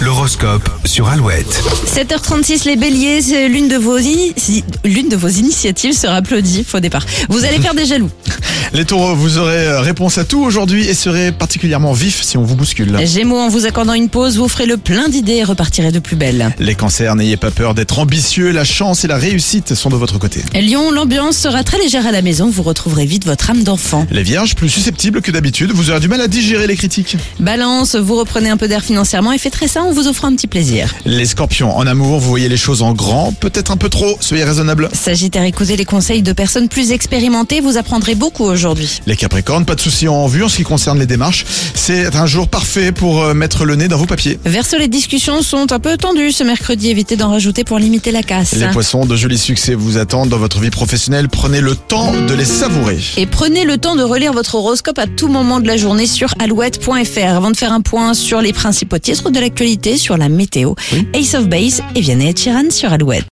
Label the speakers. Speaker 1: L'horoscope sur Alouette.
Speaker 2: 7h36, les béliers, c'est l'une de, vos ini- si- l'une de vos initiatives sera applaudie, faux départ. Vous allez faire des jaloux.
Speaker 3: Les taureaux, vous aurez euh, réponse à tout aujourd'hui et serez particulièrement vif si on vous bouscule.
Speaker 2: Gémeaux, en vous accordant une pause, vous ferez le plein d'idées et repartirez de plus belle.
Speaker 3: Les cancers, n'ayez pas peur d'être ambitieux, la chance et la réussite sont de votre côté.
Speaker 2: Lyon, l'ambiance sera très légère à la maison, vous retrouverez vite votre âme d'enfant.
Speaker 3: Les vierges, plus susceptibles que d'habitude, vous aurez du mal à digérer les critiques.
Speaker 2: Balance, vous reprenez un peu d'air financièrement et faites très ça en vous offrant un petit plaisir.
Speaker 3: Les scorpions, en amour, vous voyez les choses en grand, peut-être un peu trop, soyez raisonnable.
Speaker 2: Sagittaire, écoutez les conseils de personnes plus expérimentées, vous apprendrez beaucoup aujourd'hui.
Speaker 3: Les capricornes, pas de soucis en vue en ce qui concerne les démarches. C'est un jour parfait pour euh, mettre le nez dans vos papiers.
Speaker 2: Verso, les discussions sont un peu tendues ce mercredi, évitez d'en rajouter pour limiter la casse.
Speaker 3: Les poissons, de jolis succès vous attendent dans votre vie professionnelle, prenez le temps de les savourer.
Speaker 2: Et prenez le temps de relire votre horoscope à tout moment de la journée sur alouette.fr avant de faire un point sur les principaux titres de l'actualité, sur la météo, Ace of Base et Vianney et Chiran sur Alouette.